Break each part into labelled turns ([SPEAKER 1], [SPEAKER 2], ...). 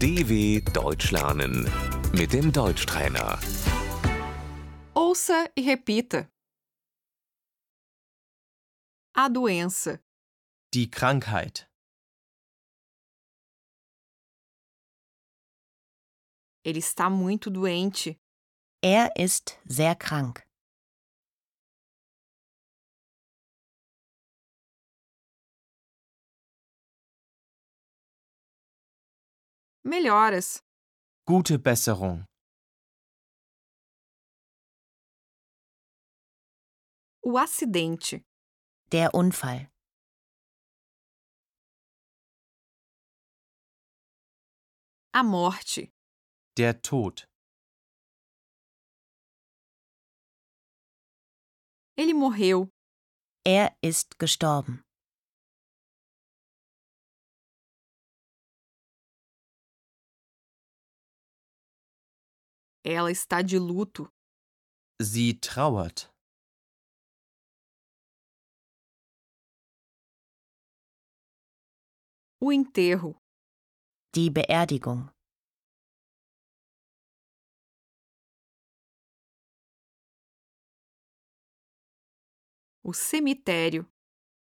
[SPEAKER 1] DW Deutsch lernen mit dem Deutschtrainer.
[SPEAKER 2] Ouça e repita. A doença,
[SPEAKER 3] Die Krankheit.
[SPEAKER 2] ele está muito doente.
[SPEAKER 4] Er ist sehr krank.
[SPEAKER 2] Melhoras,
[SPEAKER 3] Gute Besserung.
[SPEAKER 2] o acidente,
[SPEAKER 4] Der Unfall.
[SPEAKER 2] a morte,
[SPEAKER 3] Der Tod.
[SPEAKER 2] ele morreu.
[SPEAKER 4] Er ist gestorben.
[SPEAKER 2] Ela está de luto.
[SPEAKER 3] Sie trauert.
[SPEAKER 2] O enterro,
[SPEAKER 4] Die Beerdigung.
[SPEAKER 2] o cemitério,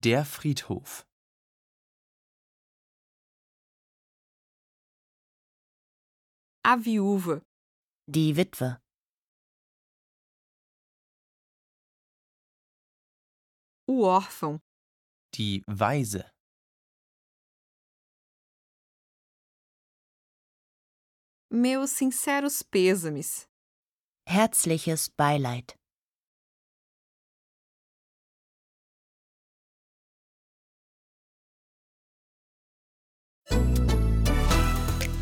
[SPEAKER 3] Der Friedhof.
[SPEAKER 2] a viúva,
[SPEAKER 4] Die Witwe.
[SPEAKER 2] o órfão,
[SPEAKER 3] Die Weise.
[SPEAKER 2] meus sinceros pêsames.
[SPEAKER 4] Herzliches Beileid.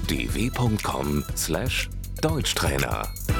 [SPEAKER 1] dw.com/deutschtrainer